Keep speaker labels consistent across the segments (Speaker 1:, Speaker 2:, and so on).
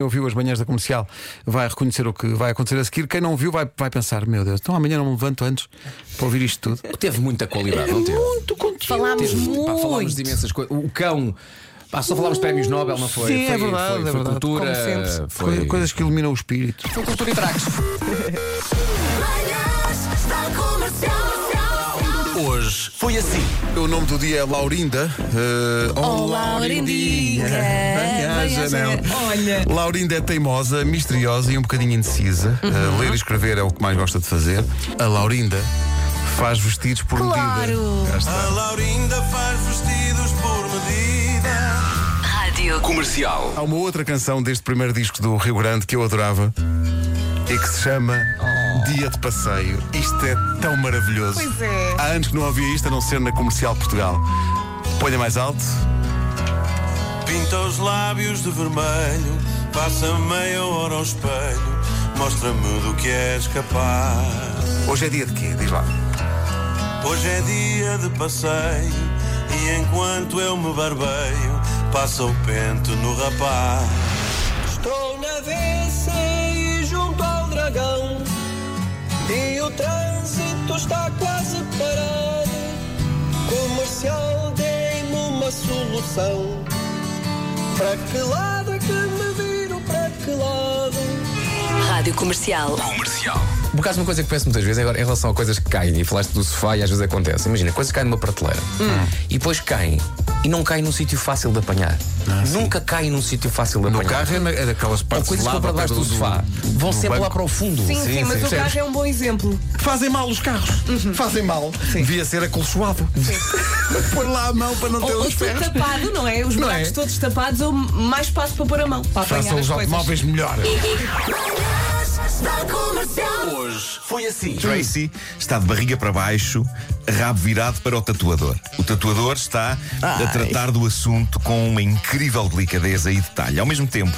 Speaker 1: Quem ouviu as manhãs da comercial vai reconhecer o que vai acontecer a seguir. Quem não viu vai, vai pensar: meu Deus, então amanhã não me levanto antes para ouvir isto tudo.
Speaker 2: Teve muita qualidade, não teve?
Speaker 1: Muito conteúdo.
Speaker 3: Falámos
Speaker 2: Teve,
Speaker 3: muito.
Speaker 2: pá, falámos de imensas coisas. O cão. Pá, só falámos de prémios Nobel, não foi?
Speaker 1: Sim,
Speaker 2: foi,
Speaker 1: é verdade,
Speaker 2: foi,
Speaker 1: é
Speaker 2: foi
Speaker 1: verdade,
Speaker 2: cultura.
Speaker 3: como sempre.
Speaker 2: Foi,
Speaker 1: Co- Coisas que iluminam o espírito.
Speaker 2: foi cultura e tracks.
Speaker 4: Manhãs da Comercial.
Speaker 1: Hoje foi assim. O nome do dia é Laurinda. Uh, oh,
Speaker 3: Laurindinha,
Speaker 1: Venha,
Speaker 3: venha,
Speaker 1: Janel.
Speaker 3: olha.
Speaker 1: Laurinda é teimosa, misteriosa e um bocadinho indecisa.
Speaker 3: Uhum.
Speaker 1: Uh, ler e escrever é o que mais gosta de fazer. A Laurinda faz vestidos por medida.
Speaker 3: Claro.
Speaker 1: Cá está.
Speaker 5: A Laurinda faz vestidos por medida.
Speaker 4: Rádio
Speaker 1: Há uma outra canção deste primeiro disco do Rio Grande que eu adorava e que se chama Dia de Passeio. Isto é tão maravilhoso.
Speaker 3: Pois é.
Speaker 1: Há anos que não ouvia isto a não ser na comercial Portugal. Põe mais alto.
Speaker 5: Pinta os lábios de vermelho, passa meia hora ao espelho, mostra-me do que és capaz.
Speaker 1: Hoje é dia de quê? Diz lá.
Speaker 5: Hoje é dia de passeio e enquanto eu me barbeio, passa o pente no rapaz.
Speaker 6: Estou na VC e junto ao dragão E o trânsito está quase parado Comercial, dei-me uma solução Para que lado é que me viro, para que lado
Speaker 4: Rádio Comercial.
Speaker 2: Por acaso, Um uma coisa que penso muitas vezes é agora em relação a coisas que caem, e falaste do sofá e às vezes acontece. Imagina, coisas que caem numa prateleira
Speaker 3: Hum.
Speaker 2: e depois caem e não caem num sítio fácil de apanhar. Nunca caem num sítio fácil de
Speaker 1: No
Speaker 2: apanhar.
Speaker 1: carro é, na- é daquelas
Speaker 2: Ou
Speaker 1: partes
Speaker 2: coisas que
Speaker 1: lá
Speaker 2: vão para
Speaker 1: perto
Speaker 2: baixo do sofá vão sempre lá para o fundo.
Speaker 3: Sim, sim, mas o carro é um bom exemplo.
Speaker 1: Fazem mal os carros.
Speaker 3: Uhum.
Speaker 1: Fazem mal. Devia ser acolchoado. Pôr lá a mão para não ter
Speaker 3: Ou, ou
Speaker 1: os
Speaker 3: tudo
Speaker 1: ferros.
Speaker 3: tapado, não é? Os
Speaker 1: Não
Speaker 3: buracos
Speaker 1: é?
Speaker 3: todos tapados, ou mais espaço para pôr a mão. Para apanhar
Speaker 1: Façam
Speaker 3: as
Speaker 1: os
Speaker 3: coisas.
Speaker 1: automóveis melhor.
Speaker 4: Manhãs da Comercial.
Speaker 3: é-
Speaker 7: Tracy está de barriga para baixo, rabo virado para o tatuador. O tatuador está a tratar do assunto com uma incrível delicadeza e detalhe. Ao mesmo tempo,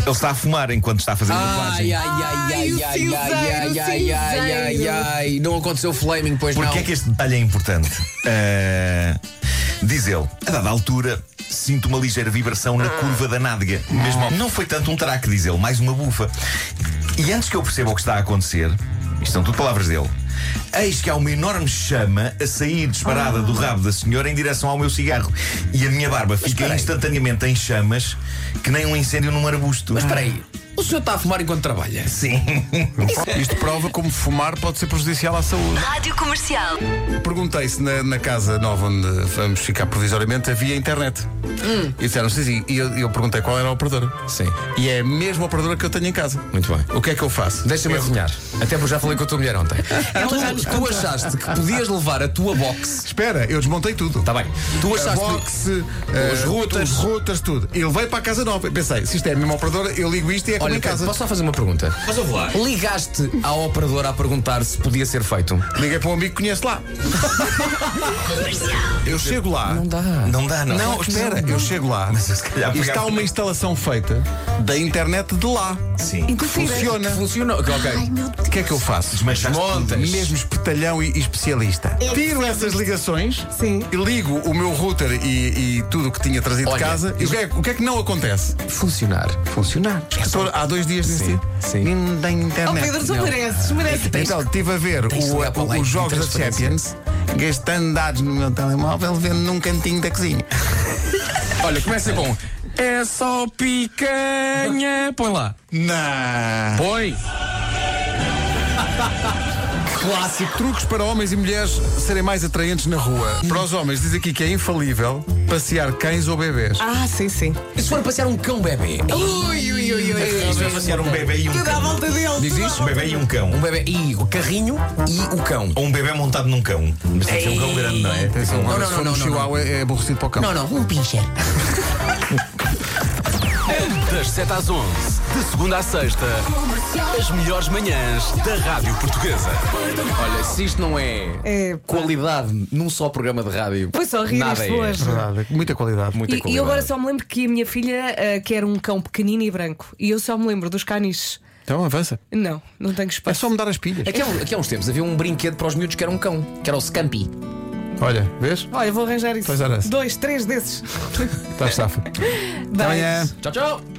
Speaker 7: ele está a fumar enquanto está a fazer a tatuagem.
Speaker 3: Ai, o cinzeiro, cinzeiro.
Speaker 2: ai. Não aconteceu flaming, pois
Speaker 7: Porquê é que este detalhe é importante? Eh, diz ele, a dada altura, sinto uma ligeira vibração na curva da nádega. Mesmo ao- Não foi tanto um traque, diz ele, mais uma bufa. E antes que eu perceba o que está a acontecer, isto são tudo palavras dele, eis que há uma enorme chama a sair disparada do rabo da senhora em direção ao meu cigarro. E a minha barba fica instantaneamente em chamas, que nem um incêndio num arbusto.
Speaker 2: Espera aí, o senhor está a fumar enquanto trabalha?
Speaker 7: Sim.
Speaker 1: Isto prova como fumar pode ser prejudicial à saúde.
Speaker 4: Rádio Comercial.
Speaker 1: Perguntei se na, na casa nova onde vamos ficar provisoriamente havia internet.
Speaker 7: Hum.
Speaker 1: E disseram sim, sim. E eu, eu perguntei qual era a operadora.
Speaker 2: Sim.
Speaker 1: E é a mesma operadora que eu tenho em casa.
Speaker 2: Muito bem.
Speaker 1: O que é que eu faço?
Speaker 2: Deixa-me
Speaker 1: Eu-
Speaker 2: adivinhar. Até porque já falei com a tua mulher ontem.
Speaker 3: Ela já nos
Speaker 2: tu, tu achaste que podias levar a tua box.
Speaker 1: Espera, eu desmontei tudo.
Speaker 2: Está Tá bem. Tu
Speaker 1: A
Speaker 2: achaste que.
Speaker 1: boxe,
Speaker 2: As
Speaker 1: eh,
Speaker 2: rutas.
Speaker 1: as rutas, tudo. Ele veio para a casa nova. Eu Pensei, se isto é a mesma operadora, eu ligo isto e é como
Speaker 2: Olha,
Speaker 1: em casa.
Speaker 2: Pedro, posso só fazer uma pergunta?
Speaker 7: Mas eu vou lá.
Speaker 2: Ligaste à operadora a perguntar se podia ser feito.
Speaker 1: Liguei para um amigo que conhece lá. eu chego lá.
Speaker 2: dá.
Speaker 7: Não dá, não.
Speaker 1: Não, espera, eu chego lá.
Speaker 7: Mas eu se calhar
Speaker 1: E está
Speaker 7: pegava-
Speaker 1: uma instalação feita da internet de lá.
Speaker 7: Sim.
Speaker 1: Funciona.
Speaker 2: Funcionou. Ok.
Speaker 1: O que é que eu faço?
Speaker 7: Desmanchaste
Speaker 2: Montas.
Speaker 7: tudo.
Speaker 1: Mesmo espetalhão e e especialista. Tiro essas ligações,
Speaker 3: É Sim.
Speaker 1: e ligo o meu router e, e tudo o que tinha trazido
Speaker 2: Olha,
Speaker 1: de casa. E o que, é, o que é que não acontece?
Speaker 2: Funcionar.
Speaker 1: Funcionar. Estou há dois dias nesse
Speaker 2: Sim,
Speaker 1: dia.
Speaker 2: sim.
Speaker 1: Da
Speaker 3: Oh,
Speaker 1: internet.
Speaker 3: Pedro, tu mereces, mereces.
Speaker 1: Então, estive a ver
Speaker 2: tens de
Speaker 1: o-
Speaker 2: ligar para
Speaker 1: o-
Speaker 2: lá e
Speaker 1: os jogos da
Speaker 2: transferência.
Speaker 1: Champions, gastando dados no meu telemóvel, vendo num cantinho da cozinha.
Speaker 2: Olha, começa com. É só picanha. Põe lá.
Speaker 1: Não.
Speaker 2: Põe.
Speaker 1: Clássico. Truques para homens e mulheres serem mais atraentes na rua. Para os homens, diz aqui que é infalível passear cães ou bebês.
Speaker 3: Ah, sim, sim.
Speaker 2: E se for passear um cão bebê?
Speaker 3: Ui, ui, ui, ui.
Speaker 7: Isto é passear um bebê e um
Speaker 3: Tudo à
Speaker 7: cão.
Speaker 3: volta dele.
Speaker 2: Diz
Speaker 3: tudo à
Speaker 2: isto?
Speaker 7: Um
Speaker 3: volta
Speaker 7: bebê e um cão.
Speaker 2: Um bebê. E o carrinho e o cão.
Speaker 7: Ou um bebê montado num cão. Mas tem que ser um cão grande, não é?
Speaker 1: Atenção,
Speaker 2: Não, não,
Speaker 1: se
Speaker 2: não,
Speaker 1: for um
Speaker 2: não, não,
Speaker 1: chihuahua é aborrecido para o cão.
Speaker 2: Não, não, um pincher.
Speaker 8: Das 7 às 11, de segunda à sexta, as melhores manhãs da Rádio Portuguesa.
Speaker 2: Olha, se isto não é,
Speaker 3: É, pá.
Speaker 2: qualidade num só programa de rádio,
Speaker 3: Foi só rir
Speaker 2: nada
Speaker 3: as
Speaker 2: é.
Speaker 3: pessoas.
Speaker 1: Verdade, muita qualidade.
Speaker 2: Muita
Speaker 3: E, e
Speaker 2: qualidade.
Speaker 3: eu agora só me lembro que a minha filha ah, quer um cão pequenino e branco. E eu só me lembro dos caniches.
Speaker 1: Então avança.
Speaker 3: Não, não tenho
Speaker 1: É
Speaker 3: espaço.
Speaker 1: só mudar as pilhas.
Speaker 2: Aqui há, um- aqui há uns tempos havia um brinquedo para os miúdos que era um cão, que era o Scampi.
Speaker 1: Olha, vês? Tá
Speaker 3: Olha, vou arranjar isso.
Speaker 1: Pois era esse.
Speaker 3: Dois, três desses.
Speaker 1: Estás safa.
Speaker 3: Beijo.
Speaker 1: amanhã.
Speaker 2: Tchau, tchau!